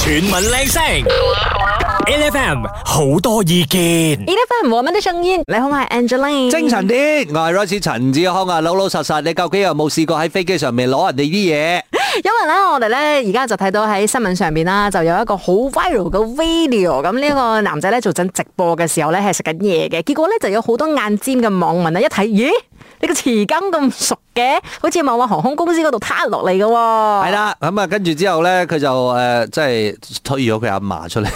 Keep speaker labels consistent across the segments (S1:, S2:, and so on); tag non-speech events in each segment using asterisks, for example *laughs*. S1: 全民靚聲，LFM 好多意見。
S2: E F M 我們的聲音，你好，我係 Angeline。
S3: 精神啲，我係 Royce 陳志康啊，老老實實，你究竟有冇試過喺飛機上面攞人哋啲嘢？
S2: 因為咧，啊我哋咧而家就睇到喺新聞上邊啦，就有一個好 viral 嘅 video。咁呢個男仔咧做緊直播嘅時候咧，係食緊嘢嘅，結果咧就有好多眼尖嘅網民咧啊一睇，咦？你個匙羹咁熟嘅，好似某某航空公司嗰度攤落嚟嘅喎。
S3: 係啦，咁啊，跟住之後咧，佢就誒，即係推咗佢阿嫲
S2: *laughs*
S3: 出嚟。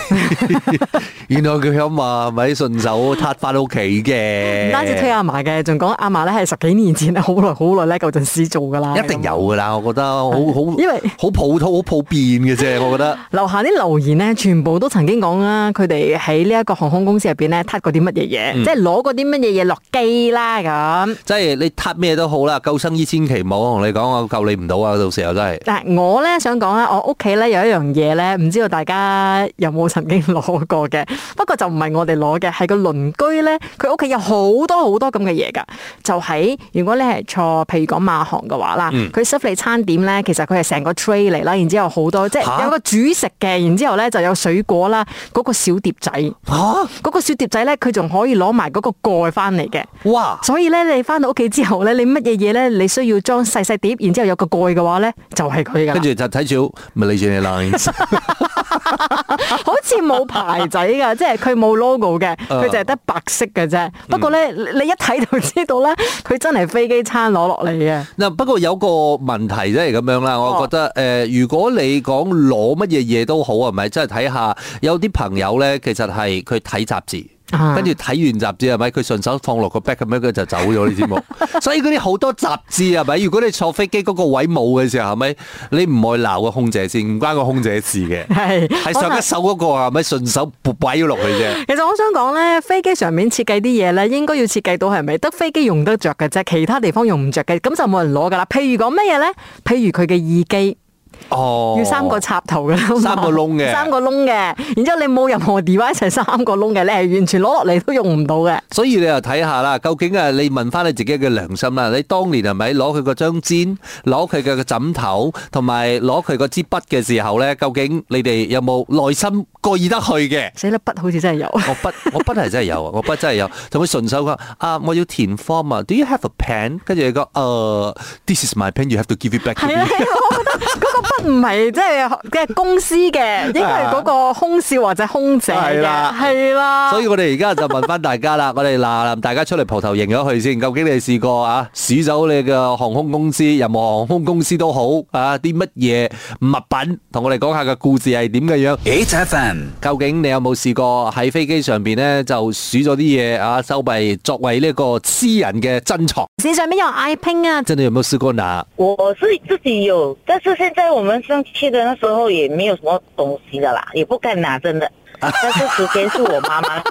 S3: 原來佢阿嫲咪順手撻翻屋企嘅，
S2: 唔單止推阿嫲嘅，仲講阿嫲咧係十幾年前好耐好耐咧舊陣時做㗎啦。
S3: 一定有噶啦，我覺得好
S2: *laughs*
S3: 好，
S2: 因為
S3: 好普通、好普遍嘅啫，我覺得。 *laughs*
S2: 樓下啲留言咧，全部都曾經講啦，佢哋喺呢一個航空公司入邊咧，撻過啲乜嘢嘢，即係攞過啲乜嘢嘢落機啦咁。
S3: 即係你撻咩都好啦，救生衣千祈唔好，我同你講，我救你唔到啊！到時候真係。
S2: 但係我咧想講咧，我屋企咧有一樣嘢咧，唔知道大家有冇曾經攞過嘅？不過就唔係我哋攞嘅，係個鄰居咧，佢屋企有好多好多咁嘅嘢㗎。就喺如果你係坐譬如講馬航嘅話啦，佢 serve 你餐點咧，其實佢係成個 tray 嚟啦，然之後好多即係
S3: 吓
S2: 有個主食嘅，然之後咧就有水果啦，嗰個小碟仔。
S3: 嚇！
S2: 嗰個小碟仔咧，佢仲可以攞埋嗰個蓋翻嚟嘅。
S3: 哇！
S2: 所以咧，你翻到屋企之後咧，你乜嘢嘢咧，你需要裝細細碟，然之後有個蓋嘅話咧，就係佢噶啦
S3: 跟。住就睇住 Malaysian Airlines。
S2: 好似冇牌仔噶， *laughs* 即係佢冇 logo 嘅，
S3: 啊嗯
S2: 佢就係得白色嘅啫。不過咧，你你一睇就知道啦，佢真係飛機餐攞落嚟嘅。
S3: 嗱，不過有個問題即係咁樣
S2: 哦
S3: 啦，我覺得誒、呃如果你講攞乜嘢嘢都好，係咪？即係睇下有啲朋友咧，其實係佢睇雜誌。
S2: 啊
S3: 跟住睇完雜誌係咪？佢順手放落個 bag 咁樣，佢就走咗呢節
S2: *laughs*
S3: 目。所以嗰啲好多雜誌係啊咪？如果你坐飛機嗰個位冇嘅時候係咪？你唔可以鬧個空姐先，唔關個空姐事嘅。
S2: 係
S3: 係
S2: 可能
S3: 上一手嗰個啊係咪順手撥擺咗落去啫？
S2: 其實我想講咧，飛機上面設計啲嘢咧，應該要設計到係咪得飛機用得着嘅啫，其他地方用唔着嘅，咁就冇人攞噶啦。譬如講乜嘢咧？譬如佢嘅耳機。
S3: 哦，
S2: 要三個插頭嘅啦嘛，
S3: 三個窿嘅
S2: 三個窿嘅，然之後你冇任何 device 係三個窿嘅，你係完全攞落嚟都用唔到嘅。？
S3: 所以你又睇下啦，究竟啊，你問翻你自己嘅良心啦，你當年係咪攞佢個張氈、攞佢嘅個枕頭，同埋攞佢個支筆嘅時候咧，究竟你哋有冇內心過意得去嘅
S2: 死粒筆好似真係有，
S3: 我筆 *laughs* 我筆係真係有啊，我筆真係有，同佢順手講啊，我要填 form 啊，Do you have a pen？跟住佢講，誒，This is my pen，you have to give it back to *laughs*
S2: 係啊，
S3: me。
S2: 我覺得嗰個筆唔係即係即係公司嘅，應該係嗰個空少或者空姐嘅，
S3: 係啦
S2: 係 *laughs* 啦。
S3: 所以我哋而家就問翻大家啦，我哋嗱嗱大家出嚟蒲頭認咗佢先，究竟你哋試過啊鼠走你嘅航空公司，任何航空公司都好啊，啲乜嘢物品，同我哋講下個故事係點嘅樣？
S1: HFM
S3: 究竟你有冇試過喺飛機上邊呢？就鼠咗啲嘢啊，收為作為呢個私人嘅珍藏？
S2: 線上面有 iPing 啊，
S3: 真係有冇試過嗱？
S4: 我是自己有，但是现在我们上去的那时候也没有什么东西的啦，也不敢拿，
S2: *laughs*
S4: 真的。但是时间是我妈妈拿，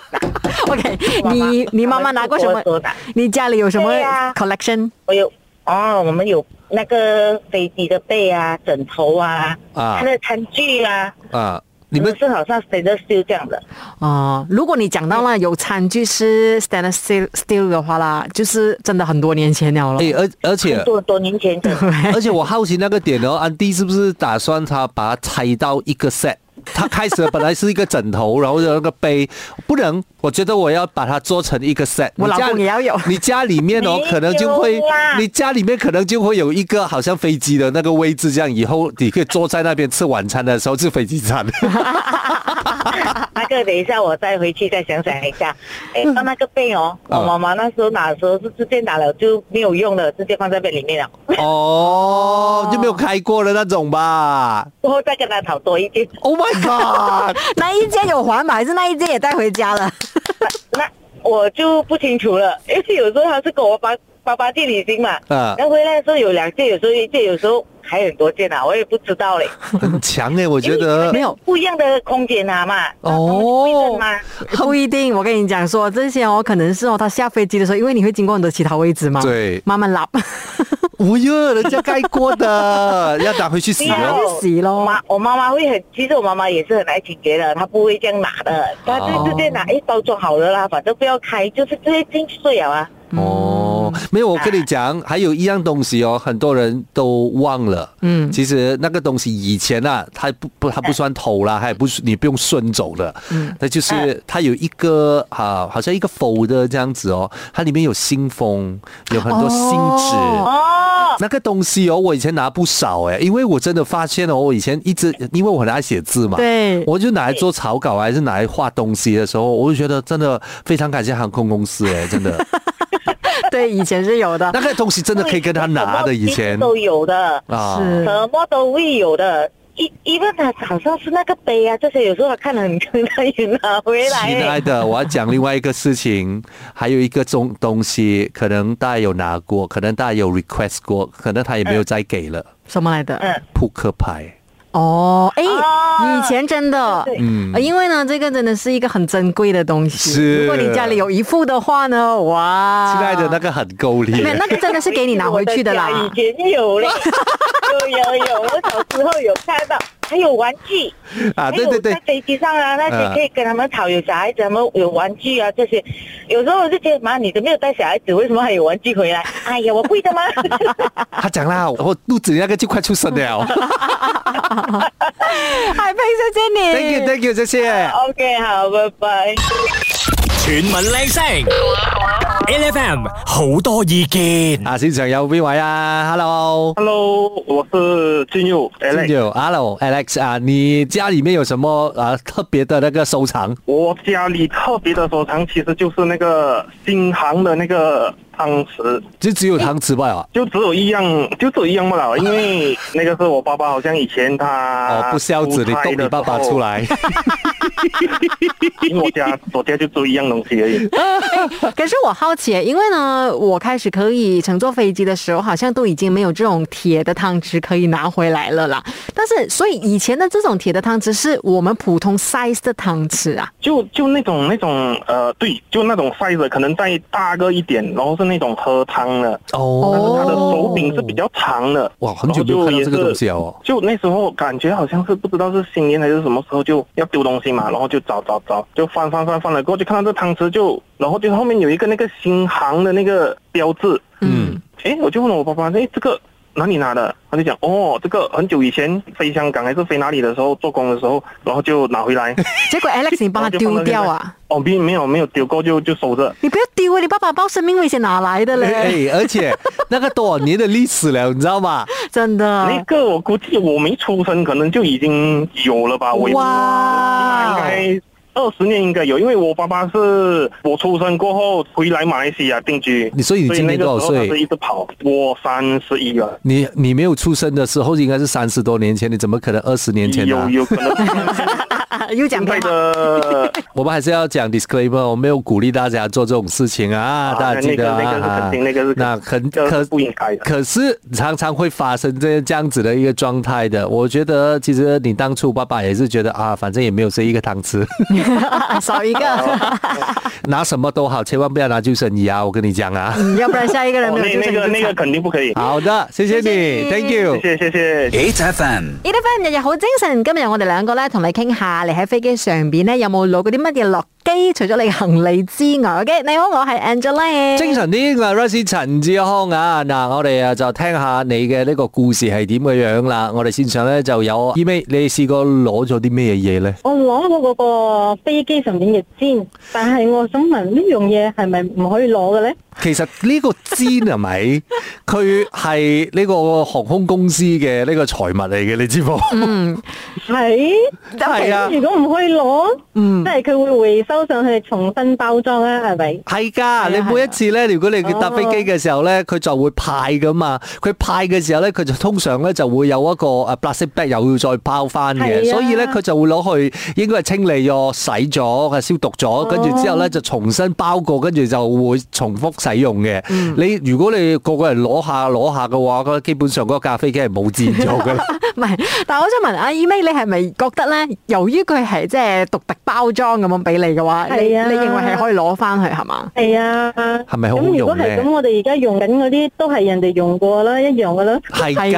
S2: OK，
S3: *laughs*
S2: *laughs*
S4: 妈妈
S2: 你你妈妈拿过什
S4: 她们出
S2: 么
S4: 国的？
S2: 你家里有什么
S4: 对呀
S2: collection？
S4: 我有哦，我们有那个飞机的被啊、枕头啊、
S3: 啊
S4: 它的餐具啊，
S3: 啊，你们
S4: 是好像 stainless steel 这样的。
S2: 哦，如果你讲到啦有餐具是 stainless steel- steel 嘅話啦，就是真的很多年前了咯。 *laughs*
S3: 诶、而而且
S4: 多多年前的，
S3: *laughs* 而且我好奇那个点哦，安迪是不是打算他把它拆到一个 set？他开始本来是一个枕头，然后有那个杯，不能，我觉得我要把它做成一个 set。
S2: 我
S3: 你家
S2: 老公也要有
S3: 你家里面哦
S4: 没，有
S3: 可能
S2: *laughs*
S3: 就会
S4: 啦，
S3: 你家里面可能就会有一个好像飞机的那个位置，这样以后你可以坐在那边吃晚餐的时候吃飞
S2: *laughs*
S3: 机餐。
S4: 啊那个等一下我再回去再想想一
S2: *laughs*
S4: 下。哎，到那个被哦，我
S3: 啊
S4: 妈妈那时候拿的时候是直接拿了就没有用了，直接放在被里面了， *laughs*
S3: 哦，就没有开过的那种
S2: *laughs*
S3: 吧
S4: 过后再跟她讨多一件。
S3: ？Oh my god！
S2: 那一间有还吗？还是那一间也带回家 *laughs* 了？
S4: 那我就不清楚了，因为有时候他是跟我爸爸爸去旅行嘛，
S3: 嗯
S4: 然后回来的时候有两件，有时候一件，有时候还很多件啊，我也不知道嘞。
S3: 很强哎、我觉得
S2: 没。有。
S4: 不一样的空间拿嘛，
S3: 哦
S4: 嘛，
S2: 不一定，我跟你讲说，这些哦，可能是哦，他下飞机的时候，因为你会经过很多其他位置嘛，
S3: 对
S2: 慢慢拉，
S3: 哎呀，人家盖过
S2: *laughs*
S3: 的，要拿回去洗
S4: 对啊
S3: 哦。
S2: 要洗咯
S4: 我妈我妈妈会很，其实我妈妈也是很爱清洁的，她不会这样拿
S3: 哦
S4: 的，她就直接拿，哎，包装好了啦，反正不要开，就是直接进去睡了啊。
S3: 哦，哦，没有，我跟你讲，还有一样东西哦，很多人都忘了。嗯，其实那个东西以前啊，它不不，它不算偷啦，它也不是你不用顺走的。嗯，那
S2: 啊
S3: 就是它有一个啊，好像一个 fold 这样子哦，它里面有信封，有很多信纸。
S2: 哦
S4: 哦，
S3: 那个东西哦，我以前拿不少哎，因为我真的发现哦，我以前一直因为我很爱写字
S2: *laughs*
S3: 嘛，
S2: 对
S3: 我就拿来做草稿啊还是拿来画东西的时候，我就觉得真的非常感谢航空公司哎，真的
S2: 对，以前是有的
S3: 那。个东西真的可以跟他拿的，以前
S4: 都有的，
S3: 啊
S2: 是
S4: 什么都会有的。一因为他好像是那个杯啊，这些有时候他看得很坑，他也拿回来。
S3: 期待的，我要讲另外一个事情，还有一个中东西，可能大家有拿过，可能大家有 request 过，可能他也没有再给了，
S2: 什么来的？
S4: 嗯
S3: 扑克牌。
S2: 哦，哎、
S4: 哦
S2: 以前真的，
S4: 对
S2: 嗯，因为呢，这个真的是一个很珍贵的东西。
S3: 是
S2: 如果你家里有一副的话呢，哇，
S3: 期待的那个很够力，
S2: 没有，那个真的是给你拿回去的 *laughs* 啦。
S4: 我的家以前有嘞，有有有，我小时候有看到，还有玩具
S3: 啊，
S4: 还
S3: 对
S4: 有
S3: 对对
S4: 在，飞机上啊，那
S3: 嗯
S4: 些可以跟他们吵，有小孩子他们有玩具啊这些，有时候我就觉得妈，你都没有带小孩子，为什么还有玩具回来？哎呀，我会的吗？
S3: 他讲啦，我肚子里那个就快出生了。
S2: 海佩，哎谢谢你。
S3: Thank you, thank you，谢谢。
S4: OK，好，拜拜。
S1: 全民靚聲，L F M 好多意見。
S3: 啊，现场有边位啊？Hello。
S5: Hello，我是俊佑 Alex。
S3: 有 Hello Alex 啊，你家里面有什么啊特别的那个收藏？
S5: 我家里特别的收藏其实就是那个新航的那个汤匙，
S3: 就只有搪瓷吧？啊？
S5: 就只有一样，就只有一样不了，因为那个是我爸爸，好像以前他
S3: 哦，不孝子，你逗你爸爸出
S5: 来，
S3: 来。
S5: 因为我家我家就只有一样东西而已。 *laughs*
S2: 可是我好奇，因为呢，我开始可以乘坐飞机的时候，好像都已经没有这种铁的汤匙可以拿回来了啦。但是，所以以前的这种铁的汤匙是我们普通 size 的汤
S5: *laughs*
S2: 匙啊。
S5: 就就那种那种呃，对，就那种 size 可能再大个一点，然后是那种喝汤的，但是
S3: 哦
S5: 它的手柄是比较长的。
S3: 哇，很久没有看到这个东西了哦。
S5: 就那时候感觉好像是不知道是新年还是什么时候就要丢东西嘛，然后就找找找，就翻翻翻翻了过后就看到这汤匙就，然后就后面有一个那个新航的那个标志，
S3: 嗯，
S5: 诶，我就问了我爸爸，诶，这个哪里拿的？他就讲，哦，这个很久以前飞香港还是飞哪里的时候做工的时候，然后就拿回来，
S2: 结果 Alex，你帮他丢掉啊！
S5: 哦，没没有没有丢过就就收着。
S2: 你不要丢啊！你爸爸报生命危险哪来的
S5: *laughs*
S2: 嘞？
S3: 哎，而且那个多少年的历史了，你知道吗？
S2: 真
S5: 那
S2: 的，
S5: 个我估计我没出生，可能就已经有了吧，我也不应
S2: 哇！
S5: 该
S3: 哦
S5: 二十年应该有，因为我爸爸是我出生过后回来马来西亚定居。
S3: 你所以你今年多少
S5: 所以
S3: 岁
S5: 那个时候他是一直跑，我三十一了。
S3: 你你没有出生的时候应该是三十多年前，你怎么可能二十年前呢、
S5: 有有可能 *laughs* 现在
S2: 啊又讲电话
S3: *laughs*
S5: 的
S3: 我们还是要讲 disclaimer，我没有鼓励大家做这种事情
S5: 啊
S3: 啊，大家记得啊，啊
S5: 那个那个是肯定
S3: 那
S5: 那
S3: 很
S5: 这
S3: 可
S5: 是不应该的
S3: 可是常常会发生这这样子的一个状态的。我觉得其实你当初爸爸也是觉得啊，反正也没有这一个汤匙，
S2: 啊少
S5: *laughs*
S2: 一个，
S3: 拿什么都好，千万不要拿救生衣啊！我跟你讲啊。
S2: 嗯要不然下一个人
S5: 哦
S2: 没有
S5: 那
S2: 就
S5: 那个那
S2: 是很正
S5: 个
S2: 常。
S5: 肯定不可以。
S3: 好的，谢谢
S2: 谢
S3: 你
S2: 谢
S3: ，Thank you。
S5: 谢谢谢谢。
S1: H F M。
S2: E F M 日日好精神，今日我哋兩個咧同你傾下，你喺飛機上邊咧有冇攞嗰啲乜嘢落機？除咗你行李之外，OK，你 *laughs* 好，我係 Angela。
S3: 精神啲，我係 Rosie 陳志康啊！嗱，我哋啊就聽下你嘅呢個故事係點嘅樣啦。我哋線上咧就有 e m a 你試過攞咗啲咩嘢咧？
S6: 我攞過嗰個飛機上面嘅氈，但係我想問呢樣嘢係咪唔可以攞嘅咧？
S3: 其實呢個氈係咪？佢係呢個航空公司嘅呢個財物嚟嘅，你知冇？
S6: 係
S3: 係啊
S6: 如果唔可以攞，嗯，即係佢會回收上去重新包裝啊，係咪？
S3: 係㗎，
S6: 啊哦
S3: 你每一次咧，如果你搭飛機嘅時候咧，佢就會派㗎嘛。佢派嘅時候咧，佢就通常咧就會有一個誒 plastic bag 又要再包翻嘅，
S6: 係啊
S3: 所以咧佢就會攞去應該係清理咗、洗咗、消毒
S6: 哦
S3: 咗，跟住之後咧就重新包過，跟住就會重複使用嘅。
S6: 嗯
S3: 你如果你個個人攞下攞下嘅話，咁基本上嗰架飛機係冇戰咗
S6: *laughs*
S3: 㗎啦。
S2: 唔係，但係我想問阿 E May，你係咪覺得咧，由於佢係即係獨特包裝咁樣俾你嘅話你
S6: 係啊
S2: 你認為係可以攞翻去係嘛？
S6: 系啊，
S3: 係咪好好
S6: 咁如
S3: 用
S6: 果係
S3: 咧
S6: 咁，我哋而家用緊嗰啲都係人哋用過啦，一樣噶啦。
S3: 係
S2: 係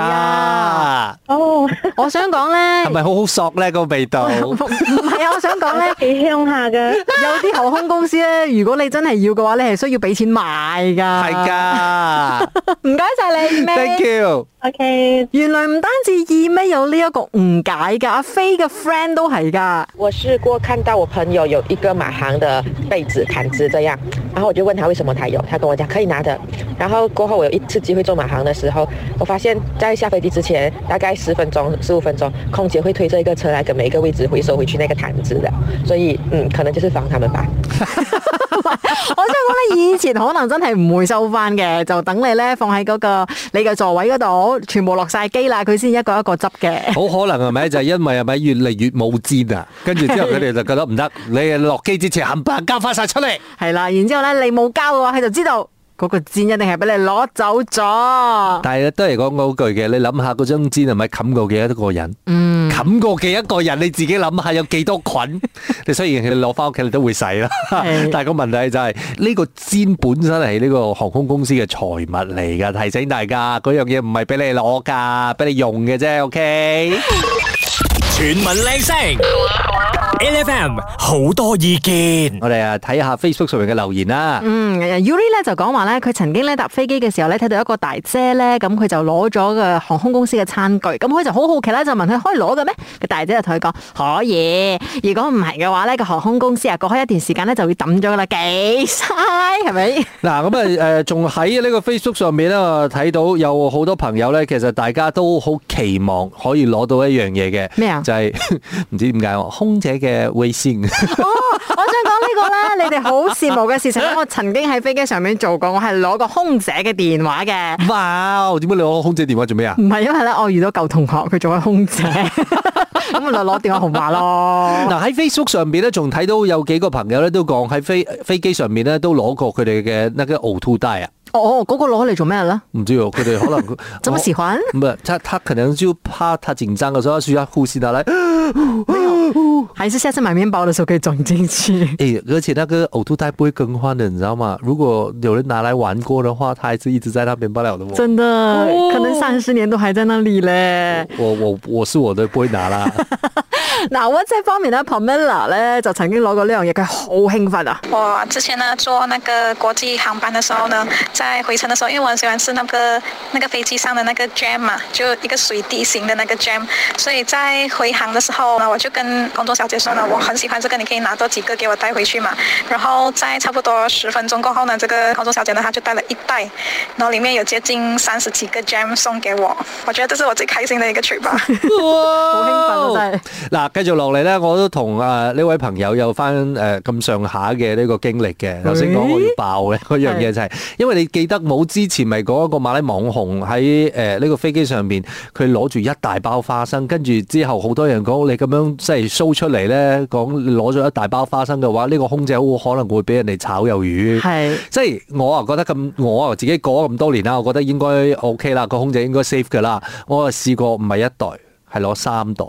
S3: 㗎
S2: 啊，
S6: 哦，
S2: 我想講
S3: 係
S2: 咧，
S3: 咪好好索咧個味
S6: *laughs*
S3: 道？
S2: 唔係啊，我想講
S7: 哎
S2: 咧。
S6: 幾香下
S7: *laughs*
S6: 噶。
S2: 有啲航空公司咧，如果你真係要嘅話，你係需要俾錢買噶。
S6: *laughs*
S3: 係㗎
S2: 唔該晒你
S3: ，Thank
S2: 咩？
S3: you。
S6: OK，
S2: 原來唔單止二咩有呢一個誤解㗎，阿飛嘅 friend 都係㗎。
S7: 我试过看到我朋友有一个马航的被子、毯子这样，然后我就问他为什么他有，他跟我讲可以拿的。然后过后我有一次机会坐马航的时候，我发现在下飞机之前大概十分钟、十五分钟，空姐会推着一个车来跟每一个位置回收回去那个毯子的，所以嗯，可能就是防他们吧。
S2: 我想講咧，以前可能真係唔會收翻嘅，就等你咧放喺嗰、個你嘅座位嗰度，全部落晒機啦，佢先一個一個執嘅。 *laughs*
S3: 好可能係咪就係因為係咪越嚟越冇戰啊？跟住之後佢哋就覺得唔得，你落機之前冚唪唥交翻晒出嚟。
S2: 係啦，然之後咧你冇交嘅話，佢就知道嗰個箭一定係俾你攞走咗。
S3: 但係都係講嗰句嘅，你諗下嗰張氈係咪冚過幾多個人？嗯，冚過幾一個人，你自己諗下有幾多菌？你雖然你攞翻屋企你都會洗啦，
S2: 係
S3: 但係個問題就係、呢、個氈本身係呢個航空公司嘅財物嚟㗎，提醒大家嗰樣嘢唔係俾你攞㗎，俾你用嘅啫，OK？
S1: 全民靚聲，L F M 好多意見，
S3: 我哋啊睇下 Facebook 上面嘅留言啦。
S2: 嗯，Yuri 咧就講話咧，佢曾經咧搭飛機嘅時候咧，睇到一個大姐咧，咁佢就攞咗個航空公司嘅餐具，咁佢就好好奇啦，就問佢可以攞嘅咩？個大姐就同佢講可以，如果唔係嘅話咧，個航空公司啊過開一段時間咧就會抌咗噶啦，幾嘥係咪？哦
S3: 嗱咁啊誒，仲喺呢個 Facebook 上面咧，我睇到有好多朋友咧，其實大家都好期望可以攞到一樣嘢嘅。
S2: 咩啊
S3: 就係 *laughs* 唔知點解喎空姐嘅微信。
S2: 哦，我想講呢個咧，你哋好羨慕嘅事情咧，我曾經喺飛機上面做過，我係攞個空姐嘅電話嘅。
S3: 哇！點解你攞空姐電話做咩啊？
S2: 唔係因為咧，我遇到舊同學，佢做咗空 *laughs* 姐，咁我就攞電話號碼咯。
S3: 嗱喺 Facebook 上邊咧，仲睇到有幾個朋友咧都講喺飛飛機上面咧都攞過佢哋嘅那個嘔吐袋啊，
S2: 哦，嗰、個攞嚟做咩咧？
S3: 唔知喎，佢哋可能
S2: *laughs* 怎麼喜歡？
S3: 唔係，他他可能就怕他緊張嘅時候需要呼吸的來。
S2: 还是下次买面包的时候可以装进去。
S3: 诶，而且那个呕吐袋不会更换的，你知道吗？如果有人拿来玩过的话，它还是一直在那边不了的哦。
S2: 真的，可能三十年都还在那里嘞。
S3: 我我我是我的不会拿啦。
S2: 嗱，WhatsApp 方面咧，Pamela 咧就曾經攞過呢樣嘢，佢好興奮啊！
S8: 我之前呢坐那个国际航班的时候呢，在回程的时候，因为我很喜欢吃那个那个飞机上的那个 jam 嘛，就一个水滴形的那个 jam，所以在回航的时候呢，我就跟工作小姐说呢，我很喜欢这个，你可以拿多几个给我带回去嘛。然后在差不多十分钟过后呢，这个工作小姐呢，她就带了一袋，然后里面有接近三十几个 jam 送给我，我觉得这是我最开心的一个 trip 啊吧。
S2: 好興奮啊真係
S3: 嗱，繼續落嚟咧，我都同啊呢位朋友有翻誒咁上下嘅呢個經歷嘅。頭先講我要爆嘅嗰樣嘢就係，因為你記得冇之前咪講一個馬拉網紅喺呃誒呢個飛機上邊，佢攞住一大包花生，跟住之後好多人講你咁樣即係 show 出嚟咧，講你攞咗一大包花生嘅話，呢、個空姐好可能會俾人哋炒魷魚。
S2: 係
S3: 即係我啊覺得咁，我啊自己過咗咁多年啦，我覺得應該 OK 啦，個空姐應該 safe 噶啦。我啊試過唔係一袋，係攞三袋。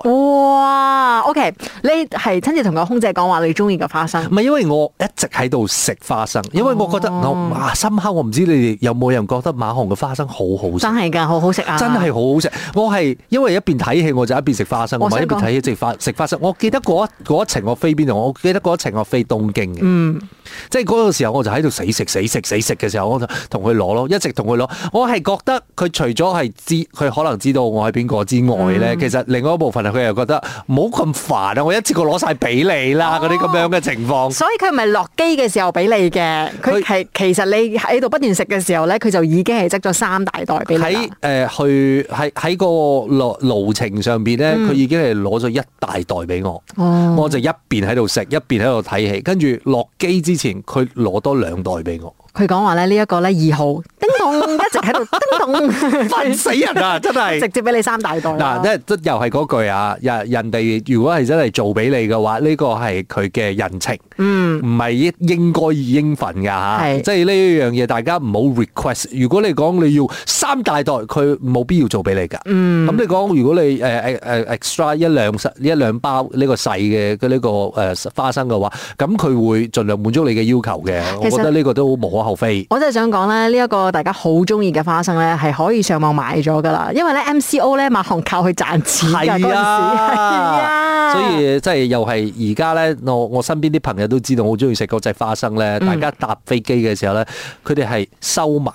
S2: 哇，OK，你係親自同個空姐講話你中意嘅花生
S3: 唔係因為我一直喺度食花生，
S2: 哦
S3: 因為我覺得我啊深刻，我唔知你哋有冇人覺得馬航嘅花生好好食
S2: 真。係㗎，好好食啊！
S3: 真係好好食，我係因為一邊睇戲我就一邊食花生，
S2: 我
S3: 我
S2: 想
S3: 咪一邊
S2: 講
S3: 睇戲食花食花生。我記得嗰一嗰一程我飛邊度，我記得嗰一程我飛東京嘅，
S2: 嗯
S3: 即係嗰個時候我就喺度死食死食死食嘅時候，我就同佢攞咯，一直同佢攞。我係覺得佢除咗係知佢可能知道我係邊個之外咧，
S2: 嗯
S3: 其實另外一部分係佢又覺得唔好咁煩啊，我一次過攞晒俾你啦，
S2: 哦
S3: 嗰啲咁樣嘅情況。
S2: 所以佢唔係落機嘅時候俾你嘅，佢
S3: 佢
S2: 係其實你喺度不斷食嘅時候咧，佢就已經係積咗三大袋俾你啦
S3: 喺。誒去喺喺個路路程上邊咧，佢已經係攞咗一大袋俾我，
S2: 哦
S3: 我就一邊喺度食，一邊喺度睇戲，跟住落機之前佢攞多兩袋俾我。
S2: 佢講話咧呢一個咧二號，叮叮咚，一直喺度叮咚，
S3: 煩死人啊！真係
S2: 直。接俾你三大袋啦
S3: 嗱，即係即係又係嗰句啊，人人哋如果係真係做俾你嘅話，呢個係佢嘅人情，
S2: 嗯，
S3: 唔係應應該應份㗎吓。
S2: 係
S3: 即係呢樣嘢，大家唔好 request。如果你講你要三大袋，佢冇必要做俾你㗎。
S2: 嗯
S3: 咁你講，如果你誒誒誒 extra 一兩一兩包呢個細嘅嘅呢個誒花生嘅話，咁佢會盡量滿足你嘅要求嘅。我
S2: 其實
S3: 覺得呢個都無可厚非。
S2: 我真係想講咧，呢、一個大家好中意嘅花生咧，係可以上網買咗噶啦，因為咧 MCO 咧馬航靠佢賺錢㗎啊嗰陣時，
S3: 係
S2: 係啊
S3: 啊所以即係又係而家咧，我我身邊啲朋友都知道我好中意食嗰隻花生
S2: 嗯
S3: 咧。大家搭飛機嘅時候咧，佢哋係收埋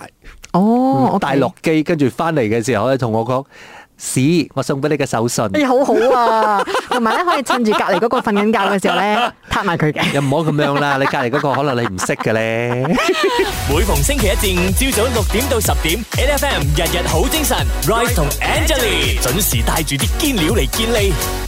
S2: 哦，我
S3: 帶落機，跟住翻嚟嘅時候咧，同我講：屎，我送俾你嘅手信。
S2: 哎呀，好好啊！同埋咧，可以趁住隔離嗰個瞓緊覺嘅時候
S3: *laughs*
S2: 咧，挞埋佢嘅。
S3: 又唔好咁樣啦，你隔離嗰個可能你唔識嘅咧。
S1: 每逢星期一至五朝早六點到十點，N F M 日日好精神，Rise 同 Angelie 準時帶住啲堅料嚟健利。